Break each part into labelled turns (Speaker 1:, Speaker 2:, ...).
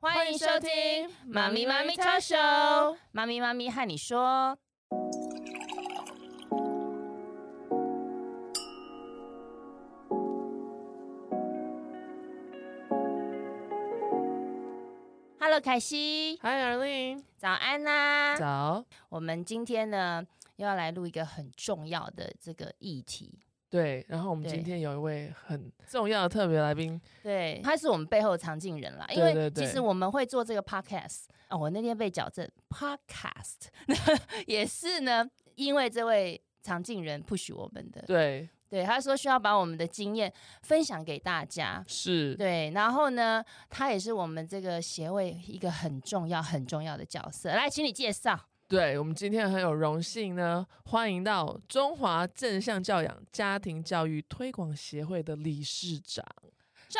Speaker 1: 欢迎收听《妈咪妈咪超手》，妈咪妈咪和你说。Hello，凯西，
Speaker 2: 嗨，尔令，
Speaker 1: 早安呐、
Speaker 2: 早。
Speaker 1: 我们今天呢，又要来录一个很重要的这个议题。
Speaker 2: 对，然后我们
Speaker 1: 对
Speaker 2: 今天有一位很重要的特别来宾，
Speaker 1: 对，他是我们背后的常进人啦，因
Speaker 2: 对
Speaker 1: 为
Speaker 2: 对
Speaker 1: 其
Speaker 2: 对
Speaker 1: 实我们会做这个 podcast 啊、我那天被矫正 podcast，也 是呢，因为这位常进人 push 我们的，
Speaker 2: 对，
Speaker 1: 对，他说需要把我们的经验分享给大家。
Speaker 2: 是，
Speaker 1: 对，然后呢，他也是我们这个协会一个很重要、很重要的角色。来，请你介绍。
Speaker 2: 对，我们今天很有荣幸呢，欢迎到中华正向教养家庭教育推广协会的理事长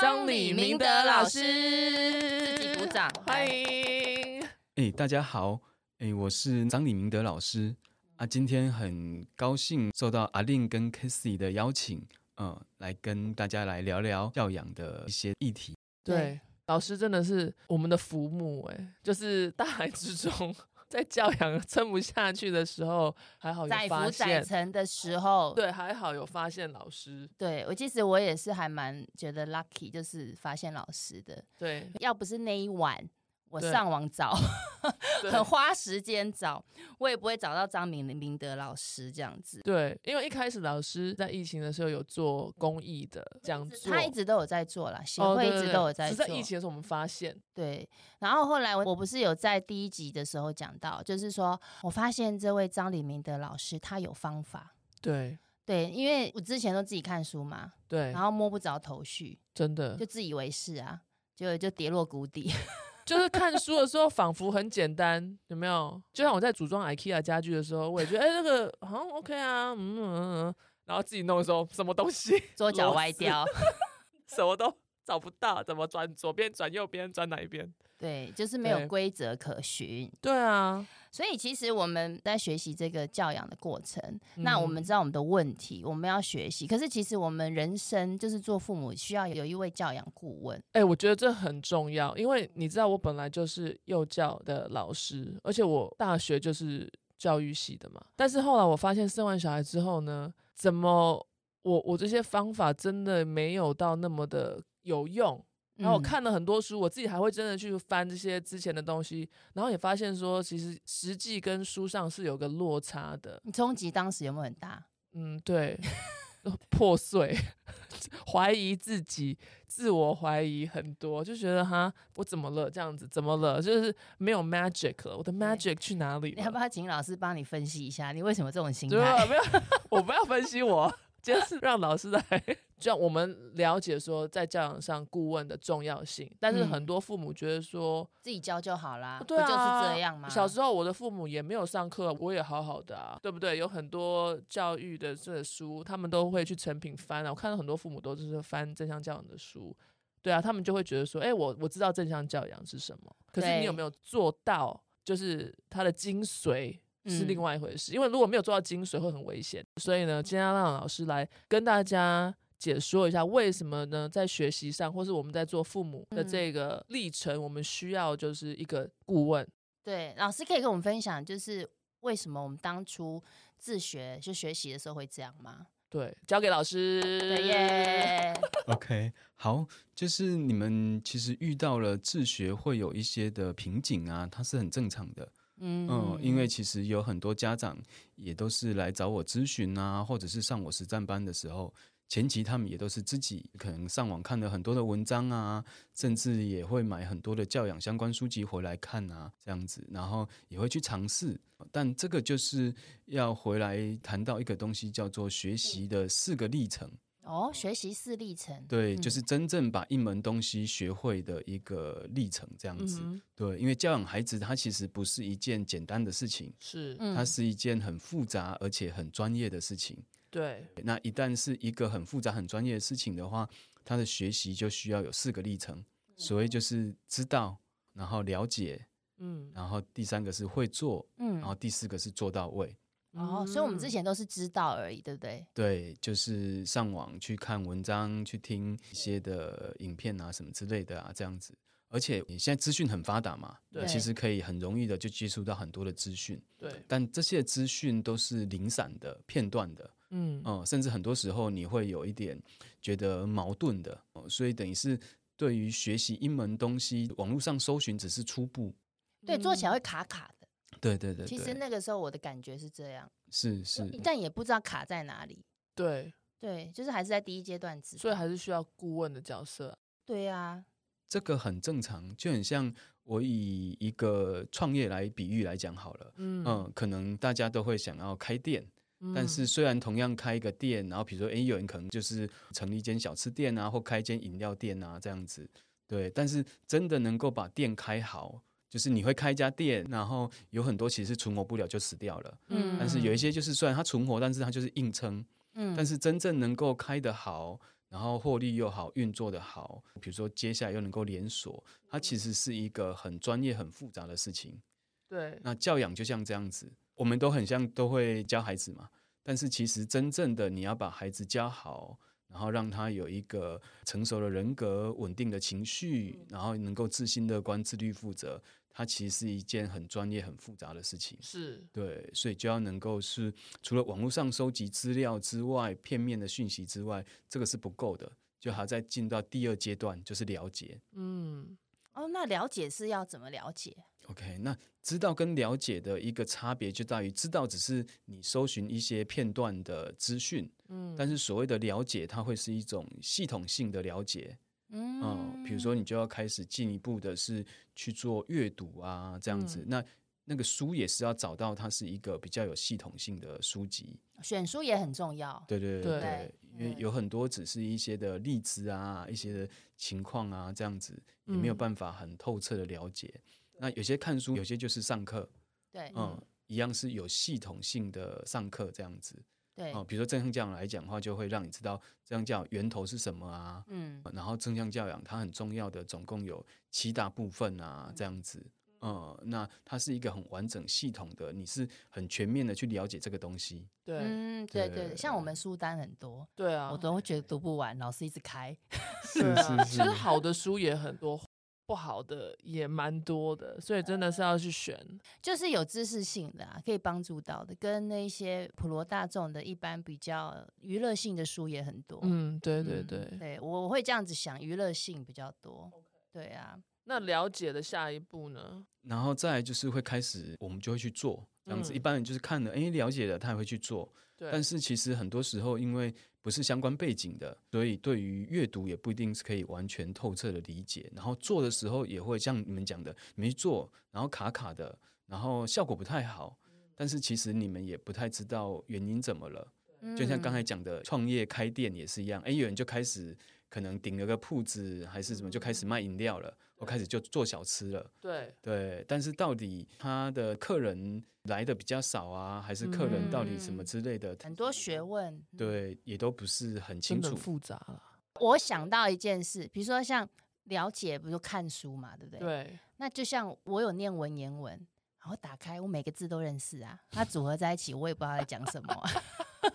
Speaker 2: 张李明德老师，
Speaker 1: 自己鼓掌，
Speaker 2: 欢。迎。
Speaker 3: 哎、大家好，哎、我是张李明德老师啊，今天很高兴受到阿令跟 Kissy 的邀请，嗯、来跟大家来聊聊教养的一些议题。
Speaker 1: 对
Speaker 2: 对，老师真的是我们的浮木、哎，就是大海之中， 在教养撑不下去的时候，还好有
Speaker 1: 载
Speaker 2: 发
Speaker 1: 浮载
Speaker 2: 现，
Speaker 1: 沉的时候，
Speaker 2: 对，还好有发现老师，
Speaker 1: 对我其实我也是还蛮觉得 lucky，就是发现老师的，
Speaker 2: 对，
Speaker 1: 要不是那一晚我
Speaker 2: 对
Speaker 1: 上网找，
Speaker 2: 对
Speaker 1: 很花时间找，我也不会找到张明明德老师这样子。
Speaker 2: 对，因为一开始老师在疫情的时候有做公益的讲座，
Speaker 1: 他一直都有在做啦，协
Speaker 2: 哦对
Speaker 1: 会一
Speaker 2: 对
Speaker 1: 直
Speaker 2: 对
Speaker 1: 都有在
Speaker 2: 只是
Speaker 1: 做。
Speaker 2: 在疫情的时候我们发现，
Speaker 1: 对，然后后来我我不是有在第一集的时候讲到，就是说我发现这位张李明德老师他有方法，
Speaker 2: 对
Speaker 1: 对，因为我之前都自己看书嘛，
Speaker 2: 对嗯
Speaker 1: 然，后摸不着头绪，
Speaker 2: 真的
Speaker 1: 就自以为是啊，就就跌落谷底。
Speaker 2: 就是看书的时候仿佛很简单，有没有？就像我在组装 IKEA 家具的时候，我也觉得哎、那个好像 OK 啊，嗯嗯嗯嗯，然后自己弄的时候什么东西
Speaker 1: 左脚
Speaker 2: 螺
Speaker 1: 歪
Speaker 2: 丝
Speaker 1: 掉，
Speaker 2: 什么都找不到，怎么转左边转右边转哪一边？
Speaker 1: 对，就是没有
Speaker 2: 对
Speaker 1: 规则可循。
Speaker 2: 对啊，
Speaker 1: 所以其实我们在学习这个教养的过程，那我们
Speaker 2: 嗯
Speaker 1: 知道我们的问题，我们要学习。可是其实我们人生就是做父母需要有一位教养顾问，
Speaker 2: 哎、我觉得这很重要，因为你知道我本来就是幼教的老师，而且我大学就是教育系的嘛。但是后来我发现生完小孩之后呢，怎么我我这些方法真的没有到那么的有用。然后我
Speaker 1: 嗯
Speaker 2: 看了很多书，我自己还会真的去翻这些之前的东西，然后也发现说，其实实际跟书上是有个落差的。
Speaker 1: 你冲击当时有没有很大？
Speaker 2: 嗯，对，破碎， 怀疑自己，自我怀疑很多，就觉得哈，我怎么了？这样子怎么了？就是没有 magic 了，我的 magic 去哪里
Speaker 1: 你要不
Speaker 2: 了？
Speaker 1: 要请老师帮你分析一下，你为什么这种心
Speaker 2: 对啊吧？
Speaker 1: 态？
Speaker 2: 没有， 我不要分析我。今天是让老师来，就我们了解说在教养上顾问的重要性，但是
Speaker 1: 嗯
Speaker 2: 很多父母觉得说，
Speaker 1: 自己教就好啦，
Speaker 2: 对啊，
Speaker 1: 不就是这样吗？
Speaker 2: 小时候我的父母也没有上课，我也好好的啊，对不对？有很多教育的这个书，他们都会去成品翻啊。我看到很多父母都是翻正向教养的书，对啊，他们就会觉得说，哎，我我知道正向教养是什么，可是
Speaker 1: 对
Speaker 2: 你有没有做到？就是它的精髓是
Speaker 1: 嗯
Speaker 2: 另外一回事，因为如果没有做到精髓会很危险。所以呢，今天要让老师来跟大家。解说一下为什么呢？在学习上，或是我们在做父母的
Speaker 1: 嗯
Speaker 2: 这个历程，我们需要就是一个顾问，
Speaker 1: 对，老师可以跟我们分享，就是为什么我们当初自学就学习的时候会这样吗？
Speaker 2: 对，交给老师。
Speaker 1: 对耶，
Speaker 3: OK，好， 就是你们其实遇到了自学会有一些的瓶颈啊，它是很正常的。
Speaker 1: 嗯
Speaker 3: 嗯，因为其实有很多家长也都是来找我咨询啊，或者是上我实战班的时候，前期他们也都是自己可能上网看了很多的文章啊，甚至也会买很多的教养相关书籍回来看啊，这样子，然后也会去尝试。但这个就是要回来谈到一个东西，叫做学习的四个历程。
Speaker 1: 哦，学习是历程，
Speaker 3: 对，就
Speaker 1: 嗯
Speaker 3: 是真正把一门东西学会的一个历程，这样
Speaker 2: 嗯
Speaker 3: 子。
Speaker 2: 哼，
Speaker 3: 对，因为教养孩子，它其实不是一件简单的事情。
Speaker 2: 是，
Speaker 1: 嗯
Speaker 3: 它是一件很复杂而且很专业的事情。
Speaker 2: 对，
Speaker 3: 那一旦是一个很复杂、很专业的事情的话，他的学习就需要有四个历
Speaker 1: 嗯
Speaker 3: 程，所谓就是知道，然后了解，
Speaker 2: 嗯，
Speaker 3: 然后第三个是会做，
Speaker 1: 嗯
Speaker 3: 然后第四个是做到位。
Speaker 1: 哦，所以我们
Speaker 2: 嗯
Speaker 1: 之前都是知道而已，对不对？
Speaker 3: 对，就是上网去看文章、去听一些的影片啊，什么之类的啊，这样子。而且你现在资讯很发达嘛，
Speaker 2: 对
Speaker 3: 你其实可以很容易的就接触到很多的资讯，
Speaker 2: 对，
Speaker 3: 但这些资讯都是零散的、片段的，
Speaker 2: 嗯，
Speaker 3: 嗯，甚至很多时候你会有一点觉得矛盾的，哦所以等于是对于学习一门东西，网络上搜寻只是初步。
Speaker 1: 对，做起
Speaker 2: 嗯
Speaker 1: 来会卡卡的。
Speaker 3: 对对对，
Speaker 1: 其
Speaker 3: 对
Speaker 1: 实那个时候我的感觉是这样，
Speaker 3: 是是，
Speaker 1: 但也不知道卡在哪里。
Speaker 2: 对，
Speaker 1: 对，就是还是在第一阶段子。
Speaker 2: 所以还是需要顾问的角色啊。
Speaker 1: 对啊，
Speaker 3: 这个很正常，就很像我以一个创业来比喻来讲好了。
Speaker 2: 嗯
Speaker 3: 嗯，可能大家都会想要开店，
Speaker 1: 嗯
Speaker 3: 但是虽然同样开一个店，然后比如说，诶，有人可能就是成立一间小吃店啊，或开一间饮料店啊，这样子，对。但是真的能够把店开好，就是你会开一家店，然后有很多其实存活不了就死掉了，
Speaker 1: 嗯
Speaker 3: 但是有一些就是虽然它存活，但是它就是硬撑，
Speaker 1: 嗯，
Speaker 3: 但是真正能够开得好，然后获利又好，运作得好，比如说接下来又能够连锁，它其实是一个很专业、很复杂的事情。
Speaker 2: 对，
Speaker 3: 那教养就像这样子，我们都很像都会教孩子嘛，但是其实真正的你要把孩子教好，然后让他有一个成熟的人格、稳定的情绪，然后能够自信、乐观、自律、负责，它其实是一件很专业、很复杂的事情。
Speaker 2: 是，
Speaker 3: 对，所以就要能够是除了网络上收集资料之外，片面的讯息之外，这个是不够的，就还在进到第二阶段，就是了解。
Speaker 2: 嗯，
Speaker 1: 哦，那了解是要怎么了解？
Speaker 3: OK，那知道跟了解的一个差别就在于，知道只是你搜寻一些片段的资讯，
Speaker 2: 嗯，
Speaker 3: 但是所谓的了解，它会是一种系统性的了解。嗯，比如说你就要开始进一步的是去做阅读啊，这样子。
Speaker 2: 嗯
Speaker 3: 那那个书也是要找到它是一个比较有系统性的书籍。
Speaker 1: 选书也很重要。
Speaker 3: 对对
Speaker 2: 对
Speaker 3: 对，因为
Speaker 1: 嗯
Speaker 3: 有很多只是一些的例子啊，一些的情况啊，这样子也没有
Speaker 2: 嗯
Speaker 3: 办法很透彻的了解。那有些看书，有些就是上课，
Speaker 1: 对
Speaker 3: 嗯，一样是有系统性的上课这样子。
Speaker 1: 对
Speaker 3: 哦、，比如说正向教养来讲的话，就会让你知道正向教养源头是什么啊，
Speaker 1: 嗯，
Speaker 3: 然后正向教养它很重要的，总共有七大部分啊，这样子。嗯，那它是一个很完整系统的，你是很全面的去了解这个东西。
Speaker 2: 对，
Speaker 1: 嗯，对
Speaker 3: 对哦
Speaker 1: 对，像我们书单很多，
Speaker 2: 对啊，
Speaker 1: 我 都觉得读不完，老师一直开。
Speaker 2: 是啊，
Speaker 3: 是
Speaker 2: 其实好的书也很多，不好的也蛮多的，所以真的是要去选。
Speaker 1: 就是有知识性的啊，可以帮助到的，跟那些普罗大众的一般比较娱乐性的书也很多。
Speaker 2: 嗯，对对
Speaker 1: 嗯
Speaker 2: 对。
Speaker 1: 对我会这样子想，娱乐性比较多。对啊，
Speaker 2: 那了解的下一步呢？
Speaker 3: 然后再来就是会开始，我们就会去做这样子。
Speaker 2: 嗯
Speaker 3: 一般人就是看了，哎，了解了，他也会去做。
Speaker 2: 对，
Speaker 3: 但是其实很多时候，因为不是相关背景的，所以对于阅读也不一定是可以完全透彻的理解。然后做的时候也会像你们讲的，你们去做，然后卡卡的，然后效果不太好。
Speaker 1: 嗯
Speaker 3: 但是其实你们也不太知道原因怎么了，
Speaker 1: 嗯
Speaker 3: 就像刚才讲的，创业开店也是一样，哎，有人就开始可能顶了个铺子还是什么，就开始卖饮料了，我开始就做小吃了。
Speaker 2: 对，
Speaker 3: 对，但是到底他的客人来的比较少啊，还是客人到底什么之类的，
Speaker 1: 嗯很多学问。，
Speaker 2: 嗯
Speaker 1: 嗯
Speaker 3: 对也都不是
Speaker 2: 真
Speaker 3: 很清
Speaker 2: 的很
Speaker 3: 楚。
Speaker 2: 复杂了。
Speaker 1: 我想到一件事，比如说像了解，不就看书嘛，对不对？。
Speaker 2: 对，
Speaker 1: 那就像我有念文言文，然后打开我每个字都认识啊，它组合在一起，我也不知道在讲什么啊、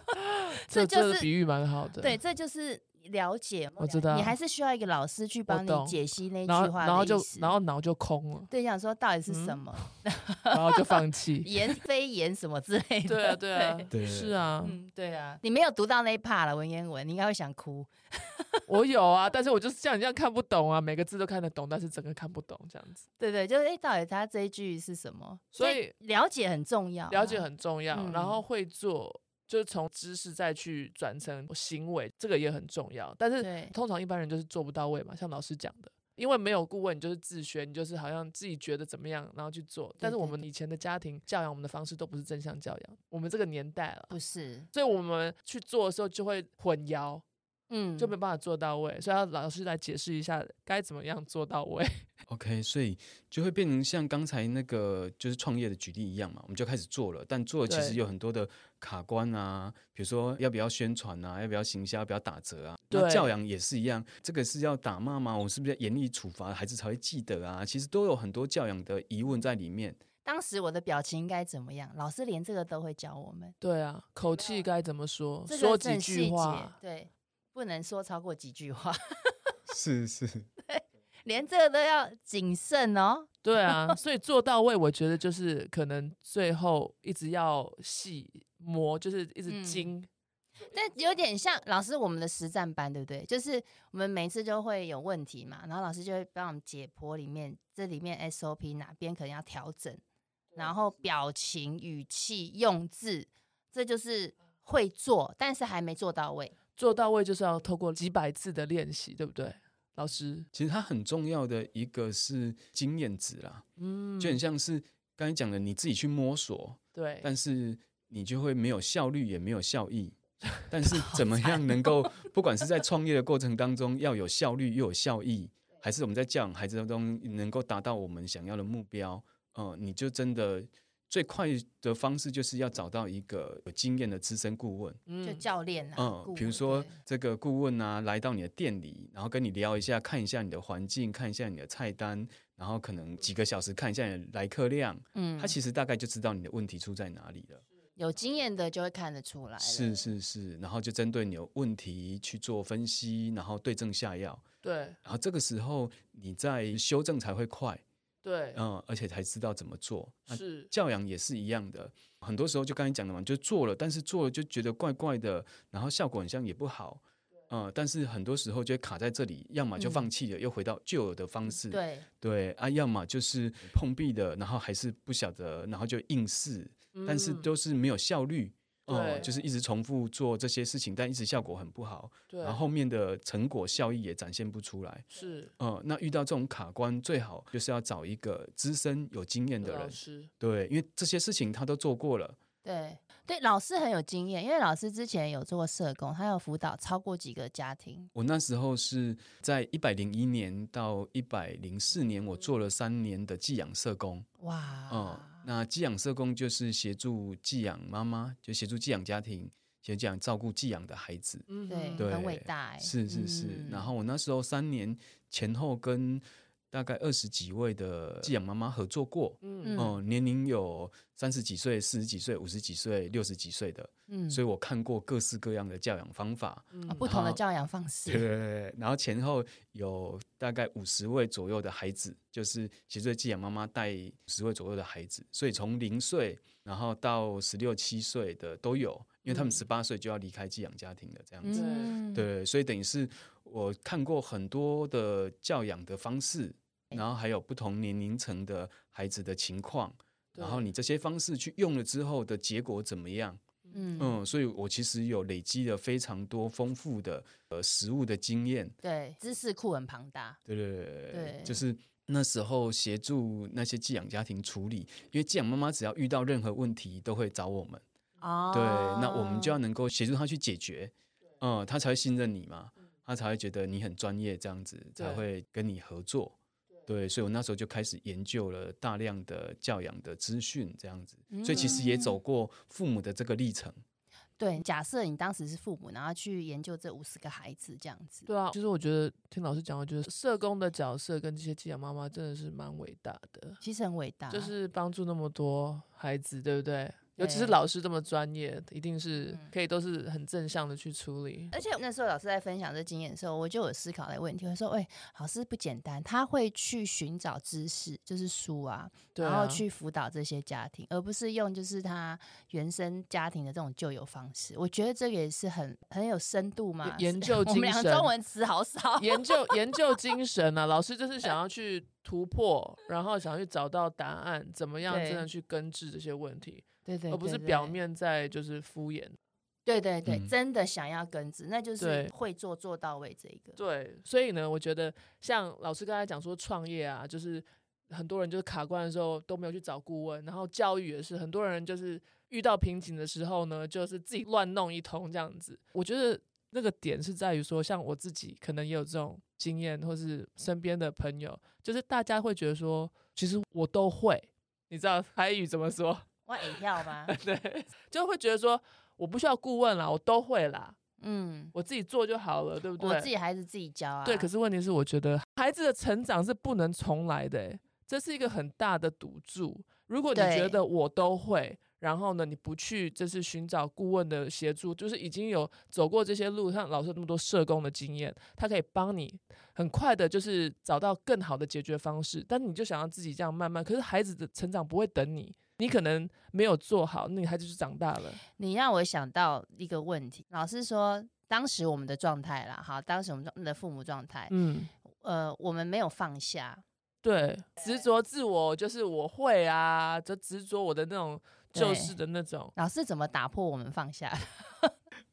Speaker 2: 这
Speaker 1: 就
Speaker 2: 这个
Speaker 1: 是
Speaker 2: 比喻蛮好的。
Speaker 1: 对，，这就是了解。
Speaker 2: 我知道
Speaker 1: 你还是需要一个老师去帮
Speaker 2: 懂
Speaker 1: 你解析那
Speaker 2: 然后
Speaker 1: 句话的
Speaker 2: 然后就
Speaker 1: 意思
Speaker 2: 然后脑就空了，
Speaker 1: 对，想说到底是什
Speaker 2: 嗯
Speaker 1: 么、
Speaker 2: 然后就放 弃。
Speaker 1: 言非言什么之类的。
Speaker 2: 对啊，对啊，
Speaker 3: 对
Speaker 2: 是啊，
Speaker 1: 嗯，对啊，你没有读到那一 part 了，文言文，你应该会想哭。
Speaker 2: 我有啊，但是我就是像你这样看不懂啊，每个字都看得懂，但是整个看不懂这样子。
Speaker 1: 对对，就是哎，到底他这一句是什么？
Speaker 2: 所以
Speaker 1: 了解很重要啊、
Speaker 2: 了解很重要，然
Speaker 1: 嗯
Speaker 2: 后会做，就是从知识再去转成行为，这个也很重要。但是
Speaker 1: 对
Speaker 2: 通常一般人就是做不到位嘛，像老师讲的，因为没有顾问，你就是自学，你就是好像自己觉得怎么样，然后去做。但是
Speaker 1: 对
Speaker 2: 我
Speaker 1: 对
Speaker 2: 们以前的家庭教养我们的方式都不是正向教养，我们这个年代了。
Speaker 1: 不是，
Speaker 2: 所以我们去做的时候就会混淆，
Speaker 1: 嗯，
Speaker 2: 就没办法做到位，所以要老师来解释一下该怎么样做到位。
Speaker 3: OK，所以就会变成像刚才那个就是创业的举例一样嘛，我们就开始做了，但做了其实
Speaker 2: 对
Speaker 3: 有很多的卡关啊，比如说要不要宣传啊，要不要行销，要不要打折啊。那
Speaker 2: 对
Speaker 3: 教养也是一样，这个是要打骂吗？我是不是要严厉处罚孩子才会记得啊？其实都有很多教养的疑问在里面。
Speaker 1: 当时我的表情应该怎么样？老师连这个都会教我们，
Speaker 2: 对啊，口气该怎么说，
Speaker 1: 这
Speaker 2: 说
Speaker 1: 个
Speaker 2: 几
Speaker 1: 很
Speaker 2: 句
Speaker 1: 细节
Speaker 2: 话，，
Speaker 1: 对，不能说超过几句话。
Speaker 3: 是是，
Speaker 1: 连这个都要谨慎哦。
Speaker 2: 对啊，所以做到位，我觉得就是可能最后一直要细磨，就是一直
Speaker 1: 嗯
Speaker 2: 精。
Speaker 1: 但有点像老师我们的实战班，对不对？就是我们每次就会有问题嘛，然后老师就会帮我们解剖里面这里面 SOP 哪边可能要调整，然后表情、语气、用字，这就是会做，但是还没做到位。
Speaker 2: 做到位就是要透过几百次的练习，对不对？老师，
Speaker 3: 其实它很重要的一个是经验值啦，
Speaker 2: 嗯，
Speaker 3: 就很像是刚才讲的，你自己去摸索，
Speaker 2: 对，
Speaker 3: 但是你就会没有效率，也没有效 益。但是怎么
Speaker 1: 哦
Speaker 3: 样能够，不管是在创业的过程当中要有效率又有效益，还是我们在教养孩子当中能够达到我们想要的目标，呃，你就真的最快的方式就是要找到一个有经验的资深顾问。
Speaker 1: 就
Speaker 2: 嗯，
Speaker 1: 教练啊，顾
Speaker 3: 嗯，比如
Speaker 1: 问
Speaker 3: 说
Speaker 1: 对
Speaker 3: 这个顾问啊，来到你的店里，然后跟你聊一下，看一下你的环境，看一下你的菜单，然后可能几个小时看一下你的来客量，
Speaker 1: 嗯
Speaker 3: 他，其实大概就知道你的问题出在哪里了。
Speaker 1: 有经验的就会看得出来了。
Speaker 3: 是是是，然后就针对你的问题去做分析，然后对症下药，
Speaker 2: 对
Speaker 3: 然后这个时候你再修正才会快，
Speaker 2: 对，
Speaker 3: 嗯，而且才知道怎么做。那
Speaker 2: 是
Speaker 3: 教养也是一样的，很多时候就刚才讲的嘛，就做了，但是做了就觉得怪怪的，然后效果很像也不好，呃，但是很多时候就会卡在这里，要
Speaker 1: 嗯
Speaker 3: 么就放弃了，又回到旧有的方式，
Speaker 1: 对，
Speaker 3: 对啊，要么就是碰壁的，然后还是不晓得，然后就硬试，但是
Speaker 2: 嗯
Speaker 3: 都是没有效率。哦、
Speaker 2: 对
Speaker 3: 就是一直重复做这些事情，但一直效果很不好，
Speaker 2: 对，
Speaker 3: 然后后面的成果效益也展现不出来。
Speaker 2: 是
Speaker 3: 嗯，那遇到这种卡关，最好就是要找一个资深有经验的
Speaker 2: 老
Speaker 3: 人，
Speaker 2: 师，
Speaker 3: 对，因为这些事情他都做过了，
Speaker 1: 对对，老师很有经验，因为老师之前有做过社工，他有辅导超过几个家庭。
Speaker 3: 我那时候是在一百零一年到一百零四年，我做了三年的寄养社工。
Speaker 1: 哇，
Speaker 3: 嗯，那寄养社工就是协助寄养妈妈，就协助寄养家庭，协助寄养照顾寄养的孩子。
Speaker 2: 嗯
Speaker 1: 对，
Speaker 2: 哼
Speaker 3: 对
Speaker 1: 很伟大哎、
Speaker 3: 是是是。
Speaker 1: 嗯
Speaker 3: 然后我那时候三年前后跟大概二十几位的寄养妈妈合作过。
Speaker 2: 嗯
Speaker 1: 嗯
Speaker 3: 哦、年龄有三十几岁、四十几岁、五十几岁、六十几岁的，
Speaker 1: 嗯
Speaker 3: 所以我看过各式各样的教养方法。
Speaker 1: 啊
Speaker 2: 嗯
Speaker 1: 不同的
Speaker 3: 然后
Speaker 1: 教养方
Speaker 3: 对
Speaker 1: 式，
Speaker 3: 对对，然后前后有大概五十位左右的孩子，就是其实寄养妈妈带十位左右的孩子，所以从零岁然后到十六七岁的都有，因为他们
Speaker 2: 嗯
Speaker 3: 十八岁就要离开寄养家庭了，这样子。
Speaker 1: 嗯，
Speaker 3: 对，所以等于是我看过很多的教养的方式，
Speaker 1: 对
Speaker 3: 然后还有不同年龄层的孩子的情况，然后
Speaker 2: 对
Speaker 3: 你这些方式去用了之后的结果怎么样？
Speaker 1: 嗯
Speaker 3: 嗯，所以我其实有累积了非常多丰富的呃实物的经验，
Speaker 1: 对，知识库很庞大，
Speaker 3: 对对对对
Speaker 1: 对
Speaker 3: 就是那时候协助那些寄养家庭处理，因为寄养妈妈只要遇到任何问题都会找我们，
Speaker 1: 哦，
Speaker 3: 对，那我们就要能够协助她去解决，嗯、她才会信任你嘛，她才会觉得你很专业，这样子才
Speaker 2: 对
Speaker 3: 会跟你合作。对，所以我那时候就开始研究了大量的教养的资讯，这样子，
Speaker 1: 嗯
Speaker 3: 所以其实也走过父母的这个历程。
Speaker 1: 对。假设你当时是父母，然后去研究这五十个孩子这样子，
Speaker 2: 对啊，其实我觉得听老师讲，我觉得社工的角色跟这些寄养妈妈真的是蛮伟大的，
Speaker 1: 其实很伟大，啊
Speaker 2: 就是帮助那么多孩子，对不对？尤其是
Speaker 1: 对
Speaker 2: 老师这么专业，一定是
Speaker 1: 嗯呃
Speaker 2: 可以都是很正向的去处理。
Speaker 1: 而且那时候老师在分享这经验的时候，我就有思考的问题，我说：“喂、老师不简单，他会去寻找知识，就是书啊，
Speaker 2: 对
Speaker 1: 然后
Speaker 2: 啊
Speaker 1: 去辅导这些家庭，而不是用就是他原生家庭的这种旧有方式。我觉得这个也是很很有深度嘛，
Speaker 2: 研究
Speaker 1: 我们
Speaker 2: 精
Speaker 1: 两个
Speaker 2: 神
Speaker 1: 中文词好少，
Speaker 2: 研究研究精神啊，老师就是想要去突破，然后想要去找到答案，怎么样
Speaker 1: 对
Speaker 2: 真的去根治这些问题，
Speaker 1: 对对
Speaker 2: 而不是表，面在就是敷衍。
Speaker 1: 对对对，
Speaker 3: 嗯
Speaker 1: 真的想要根治，那就是
Speaker 2: 对
Speaker 1: 会做做到位这一个。
Speaker 2: 对，所以呢，我觉得像老师刚才讲说创业啊，就是很多人就是卡关的时候都没有去找顾问，然后教育也是很多人就是遇到瓶颈的时候呢，就是自己乱弄一通这样子。我觉得那个点是在于说，像我自己可能也有这种经验，或是身边的朋友，就是大家会觉得说，其实我都会，你知道台语怎么说？
Speaker 1: 我也要吗？
Speaker 2: 对，就会觉得说我不需要顾问啦，我都会啦，
Speaker 1: 嗯，
Speaker 2: 我自己做就好了，对不对？
Speaker 1: 我自己孩子自己教啊。
Speaker 2: 对，可是问题是，我觉得孩子的成长是不能重来的欸，这是一个很大的赌注。如果你觉
Speaker 1: 对
Speaker 2: 得我都会，然后呢，你不去就是寻找顾问的协助，就是已经有走过这些路，像老师有那么多社工的经验，他可以帮你很快的，就是找到更好的解决方式。但你就想要自己这样慢慢，可是孩子的成长不会等你，你可能没有做好，那你孩子就长大了。
Speaker 1: 你让我想到一个问题，老师说当时我们的状态啦，好，当时我们的父母状态，
Speaker 2: 嗯，
Speaker 1: 呃，我们没有放下，
Speaker 2: 对，执着自我就是我会啊，就执着我的那种
Speaker 1: 对
Speaker 2: 就是的那种。
Speaker 1: 老师怎么打破我们放下？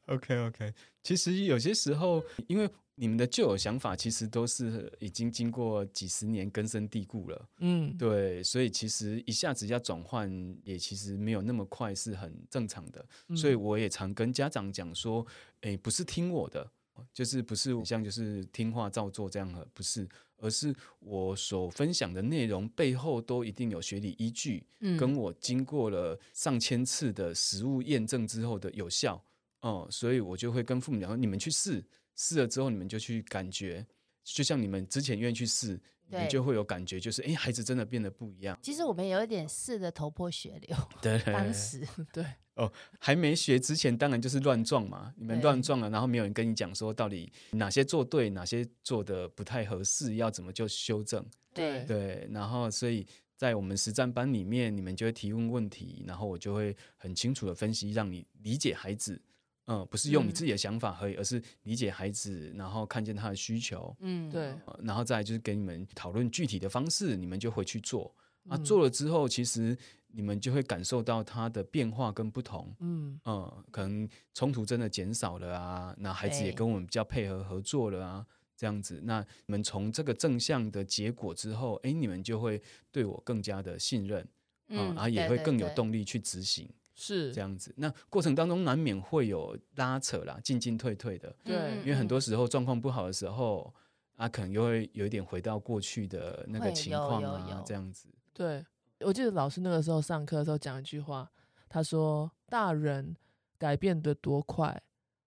Speaker 3: OK OK，其实有些时候，因为你们的旧有想法其实都是已经经过几十年根深蒂固了，
Speaker 2: 嗯，
Speaker 3: 对，所以其实一下子要转换，也其实没有那么快，是很正常的。
Speaker 2: 嗯
Speaker 3: 所以我也常跟家长讲说，诶，不是听我的，就是不是像就是听话照做这样的，不是，而是我所分享的内容背后都一定有学理依据，
Speaker 1: 嗯
Speaker 3: 跟我经过了上千次的实物验证之后的有效哦、所以我就会跟父母讲说，你们去试，试了之后你们就去感觉，就像你们之前愿意去试，你们
Speaker 1: 对
Speaker 3: 就会有感觉，就是哎，诶孩子真的变得不一样。
Speaker 1: 其实我们有一点试的头破血流，
Speaker 3: 对，
Speaker 1: 当时
Speaker 2: 对，
Speaker 3: 还没学之前，当然就是乱撞嘛，你们
Speaker 1: 对
Speaker 3: 乱撞了，然后没有人跟你讲说到底哪些做对，哪些做的不太合适，要怎么就修正。
Speaker 2: 对
Speaker 3: 对，然后所以在我们实战班里面，你们就会提问问题，然后我就会很清楚的分析，让你理解孩子。嗯，不是用你
Speaker 1: 嗯
Speaker 3: 自己的想法而已，而是理解孩子，然后看见他的需求，
Speaker 1: 嗯，
Speaker 2: 对，
Speaker 3: 呃然后再来就是给你们讨论具体的方式，你们就回去做。啊，
Speaker 2: 嗯
Speaker 3: 做了之后，其实你们就会感受到它的变化跟不同。
Speaker 2: 嗯
Speaker 3: 嗯，可能冲突真的减少了啊，那孩子也
Speaker 1: 对
Speaker 3: 跟我们比较配合合作了啊，这样子，那你们从这个正向的结果之后，哎，你们就会对我更加的信任，嗯，然后也
Speaker 1: 对
Speaker 3: 会
Speaker 1: 对
Speaker 3: 更有
Speaker 1: 对
Speaker 3: 动力去执行
Speaker 2: 是
Speaker 3: 这，样子。那过程当中难免会有拉扯啦，进进退退的，
Speaker 2: 对
Speaker 1: 嗯
Speaker 3: 因为很多时候状况不好的时候，啊，可能又会有一点回到过去的那个
Speaker 1: 会
Speaker 3: 情
Speaker 1: 有
Speaker 3: 况
Speaker 1: 有
Speaker 3: 啊
Speaker 1: 有，
Speaker 3: 这样子。
Speaker 2: 对，我记得老师那个时候上课的时候讲一句话，他说：“大人改变的多快，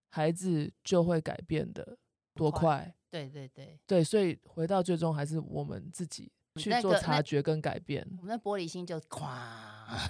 Speaker 2: 孩子就会改变的多
Speaker 1: 快
Speaker 2: 快。
Speaker 1: 对对对，
Speaker 2: 对，所以回到最终还是我们自己去
Speaker 1: 嗯那
Speaker 2: 做
Speaker 1: 个
Speaker 2: 察
Speaker 1: 那
Speaker 2: 觉跟改 变。
Speaker 1: 我们的玻璃心就哐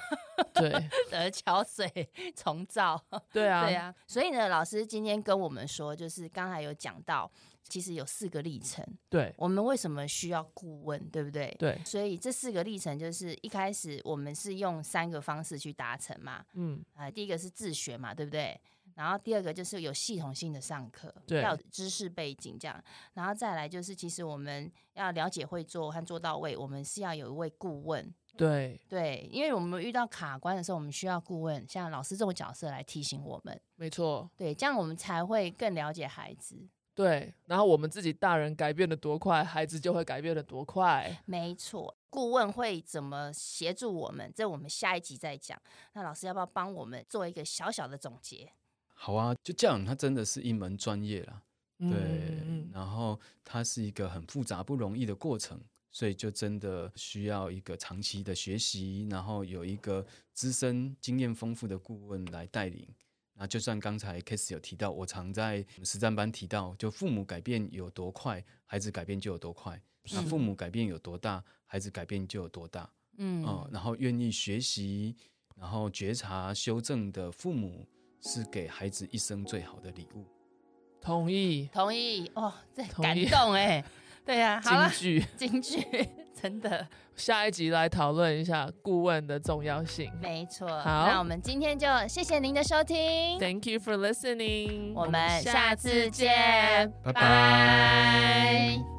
Speaker 2: 对，
Speaker 1: 的桥水重造，
Speaker 2: 对啊，
Speaker 1: 对啊，所以呢，老师今天跟我们说，就是刚才有讲到，其实有四个历程，
Speaker 2: 对
Speaker 1: 我们为什么需要顾问，对不对？
Speaker 2: 对
Speaker 1: 所以这四个历程就是一开始我们是用三个方式去达成嘛，
Speaker 2: 嗯，
Speaker 1: 啊，第一个是自学嘛，对不对？然后第二个就是有系统性的上课，
Speaker 2: 对
Speaker 1: 要有知识背景这样，然后再来就是其实我们要了解会做和做到位，我们是要有一位顾问，
Speaker 2: 对，
Speaker 1: 对，因为我们遇到卡关的时候，我们需要顾问，像老师这种角色来提醒我们，
Speaker 2: 没错，
Speaker 1: 对，这样我们才会更了解孩子。
Speaker 2: 对。然后我们自己大人改变的多快，孩子就会改变的多快。
Speaker 1: 没错，顾问会怎么协助我们？这我们下一集再讲。那老师要不要帮我们做一个小小的总结？
Speaker 3: 好啊，就教养它真的是一门专业啦。
Speaker 2: 嗯
Speaker 3: 对，
Speaker 2: 嗯嗯
Speaker 3: 然后它是一个很复杂、不容易的过程，所以就真的需要一个长期的学习，然后有一个资深、经验丰富的顾问来带领。那就算刚才 Case 有提到，我常在实战班提到，就父母改变有多快，孩子改变就有多快；那
Speaker 1: 是
Speaker 3: 父母改变有多大，孩子改变就有多大。
Speaker 1: 嗯，
Speaker 3: 嗯，然后愿意学习，然后觉察、修正的父母，是给孩子一生最好的礼物。
Speaker 2: 同意。
Speaker 1: 同意哦，这
Speaker 2: 同
Speaker 1: 感
Speaker 2: 意
Speaker 1: 动 哎、对呀、好了
Speaker 2: 京，剧，
Speaker 1: 京剧 真的
Speaker 2: 下一集来讨论一下顾问的重要性。
Speaker 1: 没错。
Speaker 2: 好
Speaker 1: 那我们今天就谢谢您的收听，
Speaker 2: Thank you for listening。
Speaker 1: 我们下次见，
Speaker 3: 拜拜
Speaker 1: 拜